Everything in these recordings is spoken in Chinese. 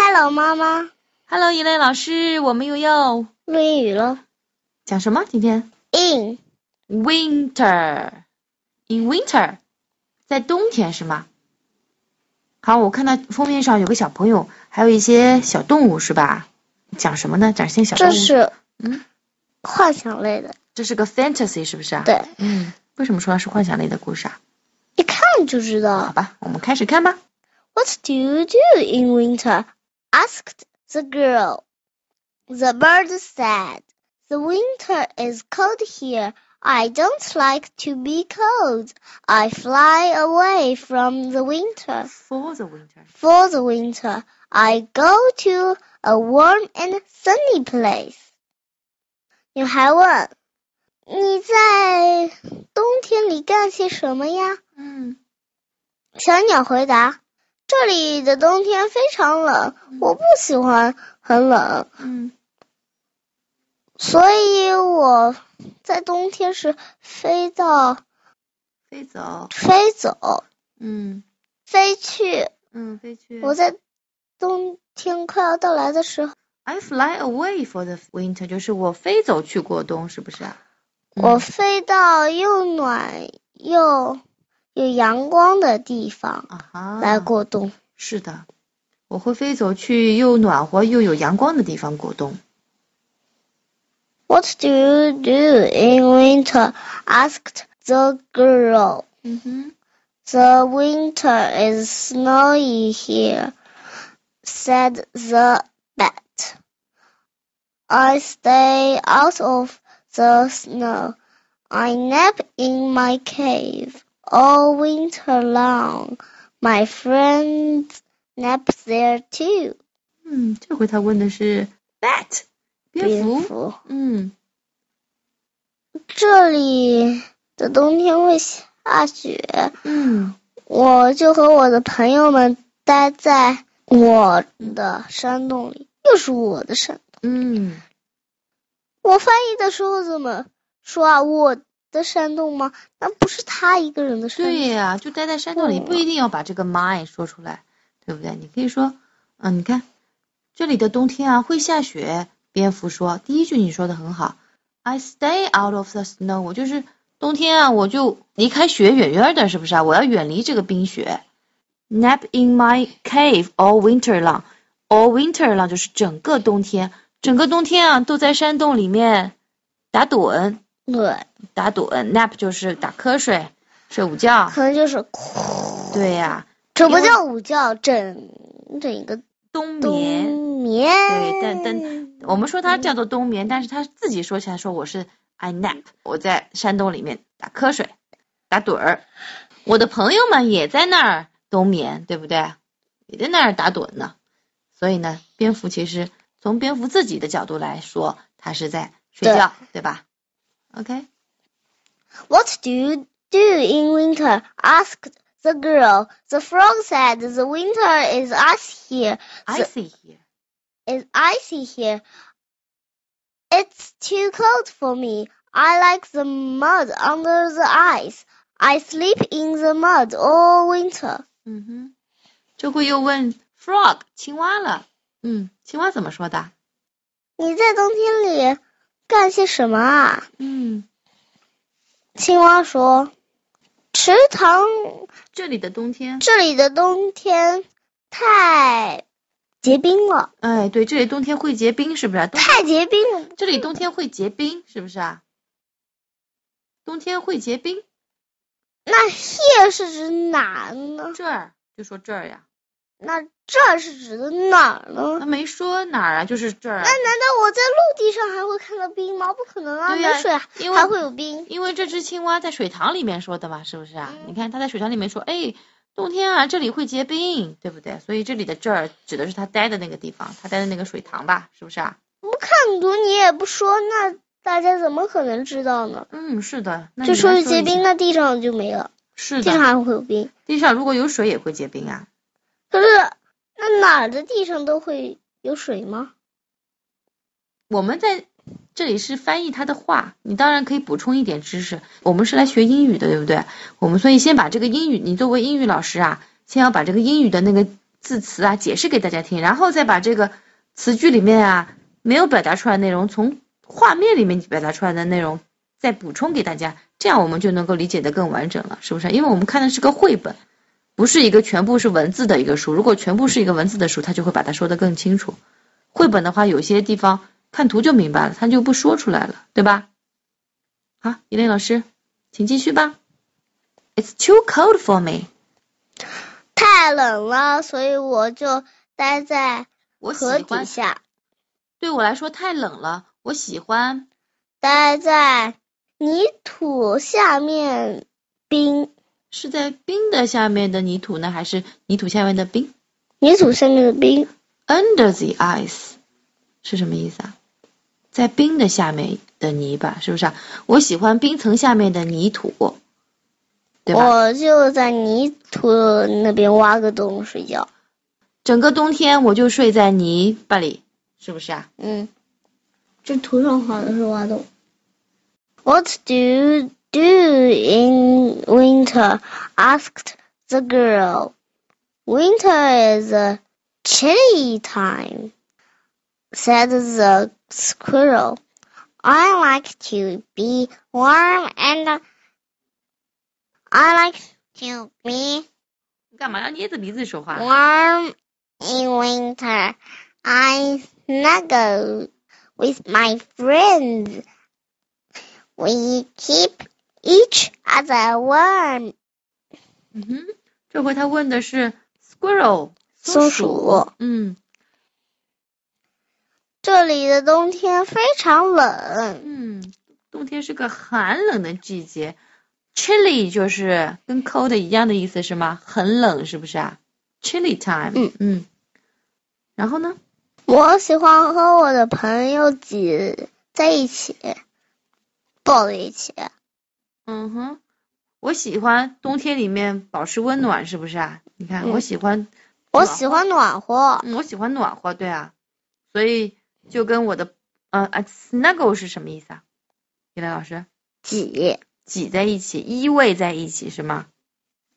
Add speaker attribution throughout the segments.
Speaker 1: Hello，妈妈，
Speaker 2: Hello，一类老师，我们又要
Speaker 1: 录英语了。
Speaker 2: 讲什么？今天
Speaker 1: In
Speaker 2: winter in winter，在冬天是吗？好，我看到封面上有个小朋友，还有一些小动物是吧？讲什么呢？讲些小动
Speaker 1: 这
Speaker 2: 物。
Speaker 1: 是
Speaker 2: 嗯，
Speaker 1: 幻想类的，
Speaker 2: 这是个 fantasy 是不是啊？。
Speaker 1: 对，
Speaker 2: 嗯，为什么说它是幻想类的故事啊？
Speaker 1: 一看就知
Speaker 2: 好
Speaker 1: 道。
Speaker 2: 吧，我们开始看吧。
Speaker 1: What do you do in winter? asked the girl. The bird said, The winter is cold here. I don't like to be cold. I fly away from the winter.
Speaker 2: For the winter，
Speaker 1: For the winter, I go to a warm and sunny place. 女孩问：“你在冬天里干些什么呀
Speaker 2: 嗯，？”
Speaker 1: 小鸟回答：“这里的冬天非常冷，我不喜欢很冷，
Speaker 2: 嗯
Speaker 1: 所以我在冬天时飞到
Speaker 2: 飞走，
Speaker 1: 飞走
Speaker 2: 嗯
Speaker 1: 飞去。
Speaker 2: 嗯，飞去。
Speaker 1: 我在冬天快要到来的时候，
Speaker 2: I fly away for the winter，就是我飞走去过冬，是不是啊？
Speaker 1: 我飞到又暖又有阳光的地方
Speaker 2: 啊哈，
Speaker 1: 来过冬。
Speaker 2: 是的，我会飞走去又暖和又有阳光的地方过冬。
Speaker 1: What do you do in winter? asked the girl.
Speaker 2: 嗯哼，
Speaker 1: The winter is snowy here, said the bat. I stay out of the snow. I nap in my cave all winter long. My friends nap there too.
Speaker 2: 嗯，这回他问的是 bat，蝙蝠。
Speaker 1: 蝠。
Speaker 2: 嗯，
Speaker 1: 这里的冬天会下雪，
Speaker 2: 嗯，
Speaker 1: 我就和我的朋友们待在我的山洞里，又是我的山。
Speaker 2: 嗯，
Speaker 1: 我翻译的时候怎么说啊？我的山洞吗？那不是他一个人的山洞。
Speaker 2: 对呀、就待在山洞里，不一定要把这个 my 说出来，对不对？你可以说，嗯，你看这里的冬天啊会下雪。蝙蝠说，第一句你说的很好，I stay out of the snow，我就是冬天啊，我就离开雪远远的，是不是啊？我要远离这个冰雪。Nap in my cave all winter long，all winter long 就是整个冬天，整个冬天啊都在山洞里面打盹，
Speaker 1: 对，
Speaker 2: 打盹，nap 就是打瞌睡，睡午觉。
Speaker 1: 可能就是
Speaker 2: 对呀、
Speaker 1: 这不
Speaker 2: 因为
Speaker 1: 叫午觉，整整一个
Speaker 2: 冬眠。
Speaker 1: 冬眠。
Speaker 2: 对但但我们说它叫做冬眠，但是它自己说起来说我是 I nap，我在山洞里面打瞌睡，打盹儿。我的朋友们也在那儿冬眠，对不对？也在那儿打盹呢。所以呢，蝙蝠其实从蝙蝠自己的角度来说，它是在睡觉，对吧？OK，
Speaker 1: What do you do in winter? asked the girl. The frog said, The winter is ice here.
Speaker 2: I see here.
Speaker 1: Is icy here. It's too cold for me. I like the mud under the ice. I sleep in the mud all winter.
Speaker 2: 嗯哼，这会又问 frog 青蛙了。嗯，青蛙怎么说的？
Speaker 1: 你在冬天里干些什么啊？
Speaker 2: 嗯，
Speaker 1: 青蛙说：“池塘
Speaker 2: 这里的冬天，
Speaker 1: 这里的冬天太结冰了，
Speaker 2: 哎，对，这里冬天会结冰，是不是啊？冬
Speaker 1: 太结冰了。”
Speaker 2: 这里冬天会结冰，是不是啊？冬天会结冰，
Speaker 1: 那 here 是指哪呢？
Speaker 2: 这儿就说这儿呀，
Speaker 1: 那这是指的哪儿呢？
Speaker 2: 他没说哪儿啊，就是这儿啊
Speaker 1: 那，难道我在陆地上还会看到冰吗？不可能啊，
Speaker 2: 对呀
Speaker 1: 没水
Speaker 2: 因为
Speaker 1: 还会有冰。
Speaker 2: 因为这只青蛙在水塘里面说的嘛，是不是啊？你看它在水塘里面说，哎，冬天啊，这里会结冰，对不对？所以这里的这儿指的是它待的那个地方，它待的那个水塘吧，是不是啊？
Speaker 1: 看图你也不说，那大家怎么可能知道呢？
Speaker 2: 嗯，是的，那
Speaker 1: 就
Speaker 2: 你
Speaker 1: 说
Speaker 2: 来
Speaker 1: 是结
Speaker 2: 一下
Speaker 1: 冰，那地上就没了，地
Speaker 2: 是
Speaker 1: 上
Speaker 2: 的，
Speaker 1: 还会有冰。
Speaker 2: 地上如果有水也会结冰啊。
Speaker 1: 可是那哪儿的地上都会有水吗？
Speaker 2: 我们在这里是翻译他的话，你当然可以补充一点知识。我们是来学英语的，对不对？我们所以先把这个英语，你作为英语老师啊，先要把这个英语的那个字词啊解释给大家听，然后再把这个词句里面啊没有表达出来的内容，从画面里面表达出来的内容再补充给大家，这样我们就能够理解的更完整了，是不是？因为我们看的是个绘本，不是一个全部是文字的一个书。如果全部是一个文字的书，它就会把它说的更清楚。绘本的话，有些地方看图就明白了，它就不说出来了，对吧？好，伊琳老师，请继续吧。It's too cold for me。
Speaker 1: 太冷了，所以我就待在
Speaker 2: 我喜
Speaker 1: 河底
Speaker 2: 欢，
Speaker 1: 下，
Speaker 2: 对我来说太冷了。我喜欢，
Speaker 1: 待在泥土下面冰，
Speaker 2: 是在冰的下面的泥土呢，还是泥土下面的冰
Speaker 1: 泥土下面的冰。
Speaker 2: ？Under the ice 是什么意思啊？在冰的下面的泥巴，是不是啊？我喜欢冰层下面的泥土，对吧？
Speaker 1: 我就在泥土那边挖个洞睡觉。
Speaker 2: 整个冬天我就睡在泥巴里，是不是啊？
Speaker 1: 嗯，这图上好像是挖洞。What do you do in winter? asked the girl. Winter is a chilly time, said the squirrel. I like to be warm and I like to be
Speaker 2: 你干嘛要捏着鼻子说话？啊
Speaker 1: warm in winter. I snuggle with my friends. We keep each other warm.
Speaker 2: 嗯哼，这回他问的是 squirrel
Speaker 1: 松
Speaker 2: 鼠
Speaker 1: 鼠，
Speaker 2: 嗯
Speaker 1: 这里的冬天非常冷，
Speaker 2: 嗯，冬天是个寒冷的季节，chilly 就是跟 cold 一样的意思是吗？很冷是不是啊？chilly time，
Speaker 1: 嗯
Speaker 2: 嗯，然后呢？
Speaker 1: 我喜欢和我的朋友挤在一起，抱在一起。
Speaker 2: 嗯哼，我喜欢冬天里面保持温暖是不是啊？你看，
Speaker 1: 嗯
Speaker 2: 我喜欢
Speaker 1: 我
Speaker 2: 暖
Speaker 1: 喜欢暖和，
Speaker 2: 嗯，我喜欢暖和，对啊，所以就跟我的呃啊，snuggle 是什么意思啊？李兰老师，
Speaker 1: 挤
Speaker 2: 挤在一起，依偎在一起是吗？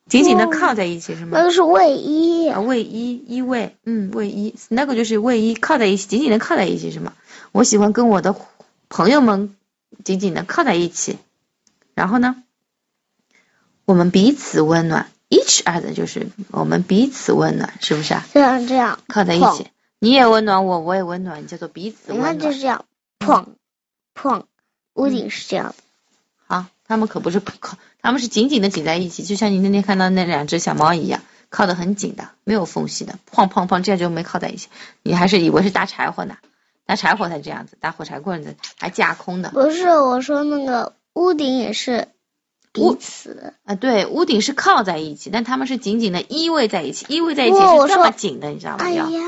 Speaker 2: 紧紧的靠在一起是
Speaker 1: 那
Speaker 2: 吗？
Speaker 1: 个是卫衣
Speaker 2: 啊，，偎依依偎，嗯，偎依，snuggle 就是偎依，靠在一起，紧紧的靠在一起是吗？我喜欢跟我的朋友们紧紧的靠在一起，然后呢，我们彼此温暖，each other 就是我们彼此温暖，是不是啊？
Speaker 1: 这样这样，
Speaker 2: 靠在一
Speaker 1: 碰
Speaker 2: 起，你也温暖我，我也温暖你，叫做彼此
Speaker 1: 你
Speaker 2: 温
Speaker 1: 看就
Speaker 2: 暖。
Speaker 1: 是这样，碰碰，屋顶是这样的。
Speaker 2: 好，他们可不是靠，他们是紧紧的挤在一起，就像你那天看到那两只小猫一样，靠得很紧的，没有缝隙的，砰砰砰，这样就没靠在一起。你还是以为是搭柴火呢，搭柴火才这样子，搭火柴棍子还架空的。
Speaker 1: 不是，我说那个屋顶也是
Speaker 2: 屋
Speaker 1: 彼此。
Speaker 2: 啊，对，屋顶是靠在一起，但他们是紧紧的依偎在一起，依偎在一起
Speaker 1: 哇我
Speaker 2: 是这
Speaker 1: 说
Speaker 2: 么紧的，你知道吗？
Speaker 1: 哎
Speaker 2: 要
Speaker 1: 呀，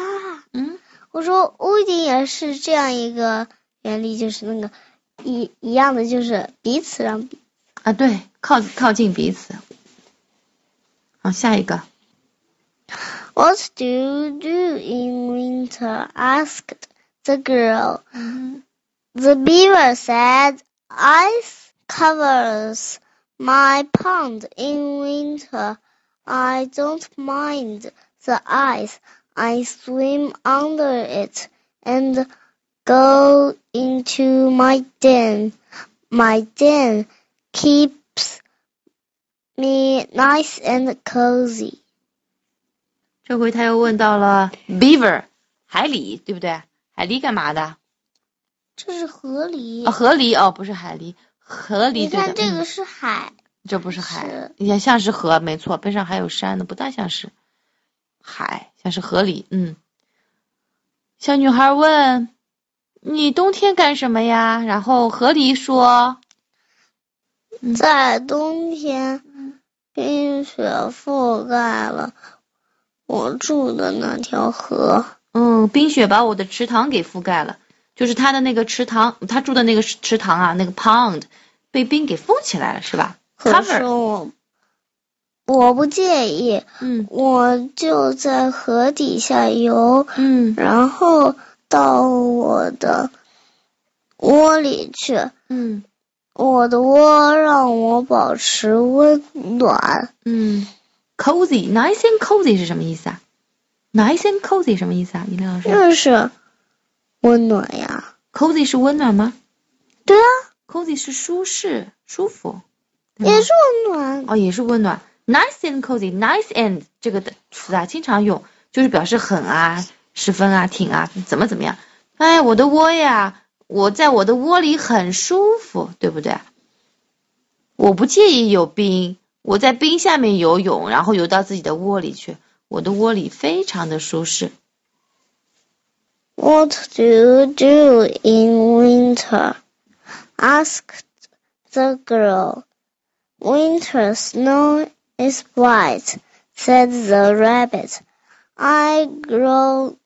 Speaker 2: 嗯，
Speaker 1: 我说屋顶也是这样一个原理，就是那个一一样的，就是彼此让彼
Speaker 2: 啊，对，靠靠近彼此。好，下一个。
Speaker 1: What do you do in winter? asked the girl.
Speaker 2: 嗯
Speaker 1: The beaver said, Ice covers my pond in winter. I don't mind the ice. I swim under it and go into my den. My den keeps me nice and cozy.
Speaker 2: 这回他又问到了 beaver 海狸，对不对？海狸干嘛的？
Speaker 1: 这是河
Speaker 2: 啊，
Speaker 1: 狸，
Speaker 2: 河狸哦，不是海狸，河狸
Speaker 1: 你
Speaker 2: 对
Speaker 1: 看
Speaker 2: 的。
Speaker 1: 这
Speaker 2: 嗯
Speaker 1: 个是海，
Speaker 2: 这不是海
Speaker 1: 是，
Speaker 2: 也像是河，没错，背上还有山呢，不大像是海，像是河里。嗯，小女孩问：“你冬天干什么呀？”然后河狸说
Speaker 1: 在冬天，冰雪覆盖了我住的那条河。：“
Speaker 2: 嗯，冰雪把我的池塘给覆盖了，就是他的那个池塘，他住的那个池池塘啊，那个 pond 被冰给封起来了，是吧
Speaker 1: 可是
Speaker 2: ？cover，
Speaker 1: 我我不介意，
Speaker 2: 嗯
Speaker 1: 我就在河底下游，
Speaker 2: 嗯
Speaker 1: 然后到我的窝里去。
Speaker 2: 嗯
Speaker 1: 我的窝让我保持温暖，
Speaker 2: 嗯，cozy，nice and cozy 是什么意思啊？ nice and cozy 什么意思啊？一亮老师
Speaker 1: 就是温暖呀。
Speaker 2: ，cozy 是温暖吗
Speaker 1: 对啊，
Speaker 2: ？cozy 是舒适、舒服，对吗
Speaker 1: 也是温暖。
Speaker 2: 哦，也是温暖。nice and cozy，nice and 这个的词啊，经常用，就是表示很啊、十分啊、挺啊，怎么怎么样。哎，我的窝呀，我在我的窝里很舒服，对不对？我不介意有冰，我在冰下面游泳，然后游到自己的窝里去，我的窝里非常的舒适。
Speaker 1: What do you do in winter? asked the girl. Winter snow is white, said the rabbit. I grow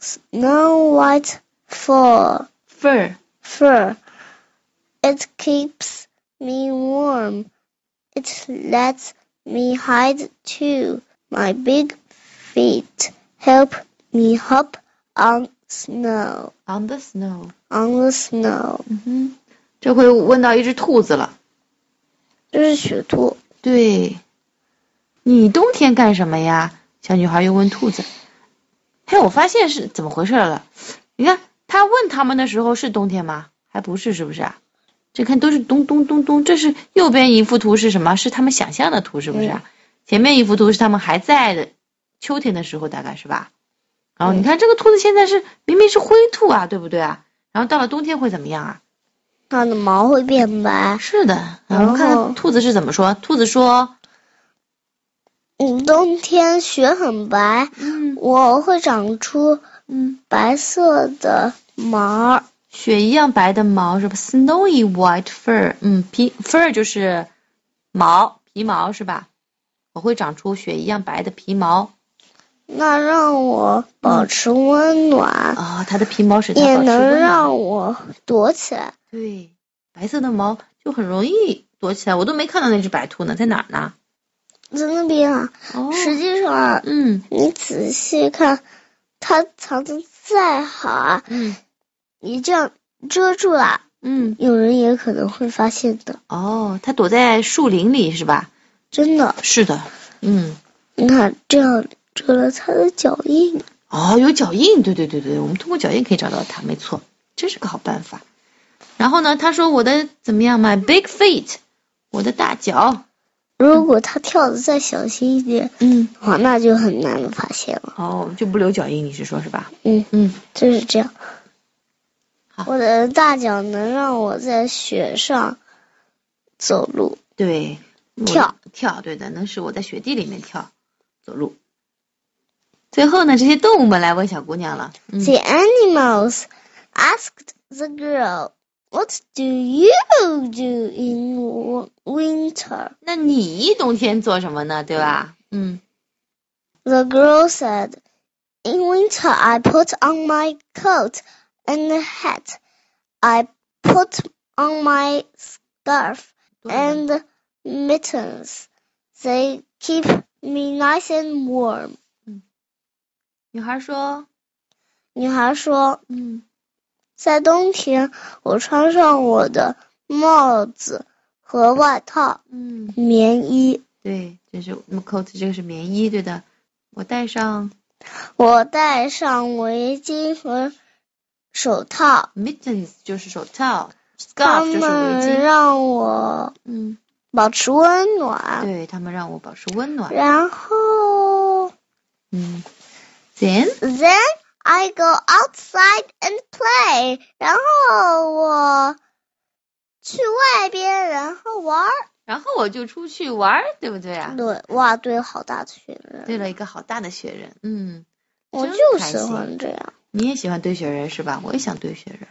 Speaker 1: snow white for
Speaker 2: fur
Speaker 1: fur. It keeps me warm. It lets me hide too. My big feet help me hop on snow,
Speaker 2: on the snow。
Speaker 1: on the snow.
Speaker 2: 嗯哼，这回问到一只兔子了。
Speaker 1: 这是雪兔，
Speaker 2: 对，你冬天干什么呀？小女孩又问兔子。嘿，我发现是怎么回事了？你看，他问他们的时候是冬天吗？还不是，是不是啊？这看都是咚咚咚咚，这是右边一幅图是什么？是他们想象的图，是不是啊？前面一幅图是他们还在的秋天的时候，大概是吧？然后你看这个兔子现在是明明是灰兔啊，对不对啊？然后到了冬天会怎么样啊？
Speaker 1: 它的毛会变白。
Speaker 2: 是的，我
Speaker 1: 然
Speaker 2: 们嗯看
Speaker 1: 后
Speaker 2: 看兔子是怎么说。兔子说，
Speaker 1: 嗯，冬天雪很白，
Speaker 2: 嗯
Speaker 1: 我会长出
Speaker 2: 嗯。
Speaker 1: 白色的毛儿。
Speaker 2: 雪一样白的毛是吧？Snowy white fur，嗯，皮 fur 就是毛，皮毛是吧？我会长出雪一样白的皮毛
Speaker 1: 那让我保持温暖，
Speaker 2: 啊、它的皮毛使它
Speaker 1: 也
Speaker 2: 保持
Speaker 1: 能
Speaker 2: 温暖。
Speaker 1: 让我躲起来。
Speaker 2: 对，白色的毛就很容易躲起来。我都没看到那只白兔呢，在哪儿呢？
Speaker 1: 在那边啊，
Speaker 2: 哦，
Speaker 1: 实际上啊
Speaker 2: 嗯
Speaker 1: 你仔细看，它藏的再好啊，
Speaker 2: 嗯
Speaker 1: 你这样遮住了，
Speaker 2: 嗯，
Speaker 1: 有人也可能会发现的。
Speaker 2: 哦，它躲在树林里是吧？
Speaker 1: 真的，
Speaker 2: 是的，嗯，
Speaker 1: 你看这样遮了它的脚印。
Speaker 2: 哦，有脚印，对对对对，我们通过脚印可以找到它，没错，这是个好办法。然后呢，他说我的怎么样？My big feet，我的大脚，
Speaker 1: 如果它跳的再小心一点
Speaker 2: 嗯，
Speaker 1: 的话，那就很难发现了。
Speaker 2: 哦，就不留脚印，你是说是吧？
Speaker 1: 嗯，
Speaker 2: 嗯，
Speaker 1: 就是这样
Speaker 2: 好。
Speaker 1: 我的大脚能让我在雪上走路。
Speaker 2: 对，我
Speaker 1: 跳
Speaker 2: 跳，对的，能使我在雪地里面跳走路。最后呢，这些动物们来问小姑娘了，嗯，
Speaker 1: The animals asked the girl, "What do you do in w- winter?"
Speaker 2: 那你冬天做什么呢？对吧？嗯，
Speaker 1: The girl said, "In winter, I put on my coat and hat. I put on my scarf
Speaker 2: 嗯多少呢
Speaker 1: and mittens. They keep me nice and warm."
Speaker 2: 女孩说，
Speaker 1: 女孩说，
Speaker 2: 嗯，
Speaker 1: 在冬天，我穿上我的帽子和外套、
Speaker 2: 嗯。
Speaker 1: 棉衣，
Speaker 2: 对，这是 coat，这个是棉衣，对的。我戴上
Speaker 1: 我戴上围巾和手套。
Speaker 2: mittens，就是手套
Speaker 1: 它
Speaker 2: ，scarf 啊就是围
Speaker 1: 们
Speaker 2: 巾。
Speaker 1: 让我
Speaker 2: 嗯，
Speaker 1: 保持温暖，
Speaker 2: 对他们让我保持温暖。
Speaker 1: 然后
Speaker 2: 嗯，then
Speaker 1: then I go outside and play，然后我去外边，然后玩儿。
Speaker 2: 然后我就出去玩儿，对不对啊？
Speaker 1: 对，哇，对，好大的雪人，
Speaker 2: 堆了一个好大的雪人。嗯，
Speaker 1: 我
Speaker 2: 真
Speaker 1: 就
Speaker 2: 开
Speaker 1: 喜
Speaker 2: 心
Speaker 1: 欢这样。
Speaker 2: 你也喜欢堆雪人是吧？我也想堆雪人。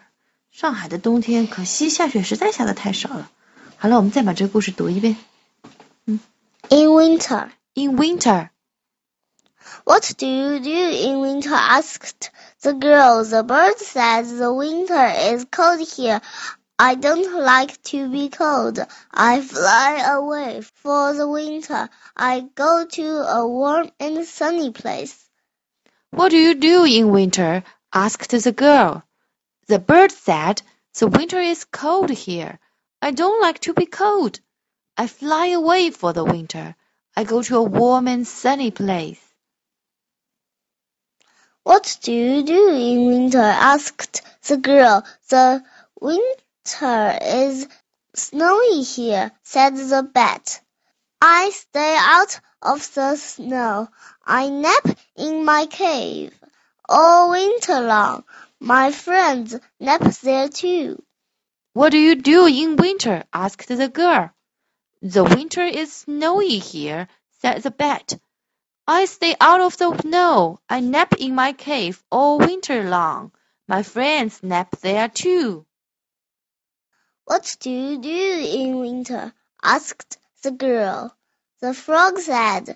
Speaker 2: 上海的冬天，可惜下雪实在下的太少了。好了，我们再把这个故事读一遍。
Speaker 1: In winter,
Speaker 2: In winter,
Speaker 1: what do you do in winter? asked the girl. The bird said, The winter is cold here. I don't like to be cold. I fly away for the winter. I go to a warm and sunny place.
Speaker 2: What do you do in winter? asked the girl. The bird said, The winter is cold here. I don't like to be cold. I fly away for the winter. I go to a warm and sunny place.
Speaker 1: What do you do in winter? asked the girl. The winter is snowy here, said the bat. I stay out of the snow. I nap in my cave all winter long. My friends nap there too.
Speaker 2: What do you do in winter? asked the girl. The winter is snowy here, said the bat. I stay out of the snow. I nap in my cave all winter long. My friends nap there too.
Speaker 1: What do you do in winter? asked the girl. The frog said,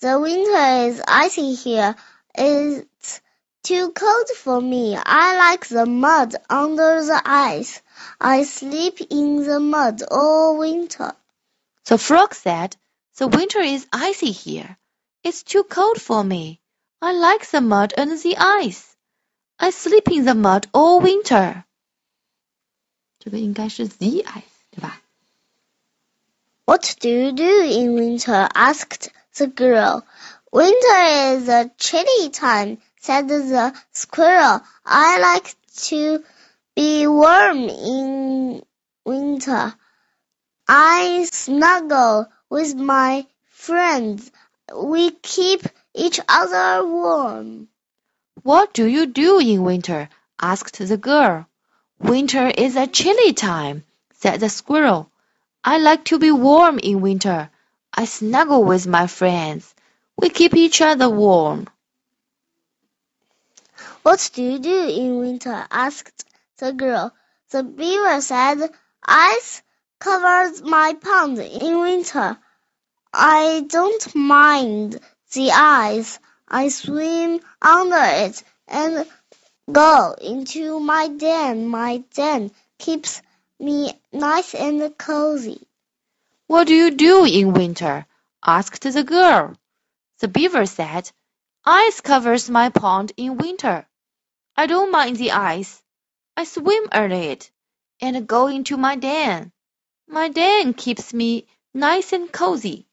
Speaker 1: The winter is icy here. It's too cold for me. I like the mud under the ice. I sleep in the mud all winter.
Speaker 2: The frog said, The winter is icy here. It's too cold for me. I like the mud and the ice. I sleep in the mud all winter. 这个应该是 the ice，对吧？
Speaker 1: What do you do in winter? asked the girl. Winter is a chilly time, said the squirrel. I like to be warm in winter. I snuggle with my friends. We keep each other warm.
Speaker 2: What do you do in winter? asked the girl. Winter is a chilly time, said the squirrel. I like to be warm in winter. I snuggle with my friends. We keep each other warm.
Speaker 1: What do you do in winter? asked the girl. The beaver said, Ice covers my pond in winter. I don't mind the ice. I swim under it and go into my den. My den keeps me nice and cozy.
Speaker 2: What do you do in winter? asked the girl. The beaver said, Ice covers my pond in winter. I don't mind the ice. I swim in it and go into my den. My den keeps me nice and cozy.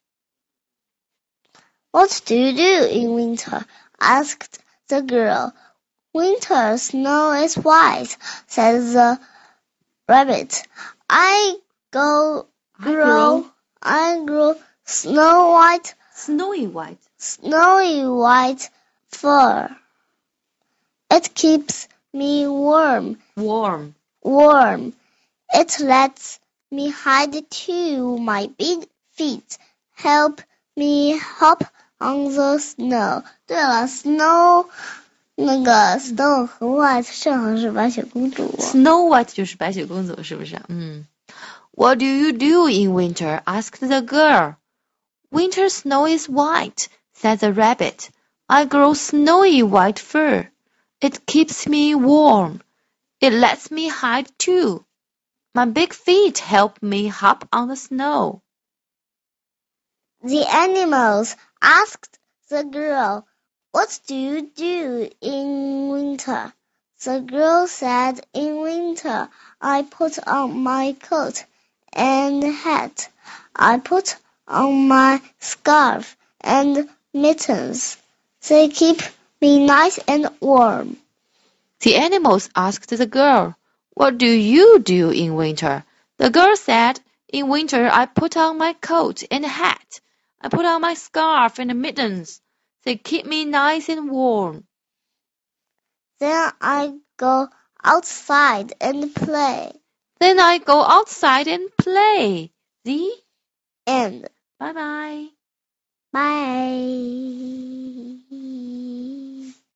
Speaker 1: What do you do in winter? asked the girl. Winter snow is white, said the rabbit. I go grow, I grow snow white,
Speaker 2: snowy white.
Speaker 1: snowy white fur. It keeps me warm,
Speaker 2: Warm.
Speaker 1: warm. It lets me hide too. My big feet help me hop on the snow. 对了，snow 那个 snow 和 white 正好是白雪公主。
Speaker 2: Snow White 就是白雪公主，是不是？嗯。What do you do in winter? asked the girl. Winter snow is white, said the rabbit. I grow snowy white fur. It keeps me warm. It lets me hide too. My big feet help me hop on the snow.
Speaker 1: The animals asked the girl, What do you do in winter? The girl said, In winter, I put on my coat and hat. I put on my scarf and mittens. They keep me nice and warm.
Speaker 2: The animals asked the girl, What do you do in winter? The girl said, In winter I put on my coat and hat. I put on my scarf and mittens. They keep me nice and warm.
Speaker 1: Then I go outside and play.
Speaker 2: Then I go outside and play. See?
Speaker 1: And
Speaker 2: Bye bye.
Speaker 1: bye.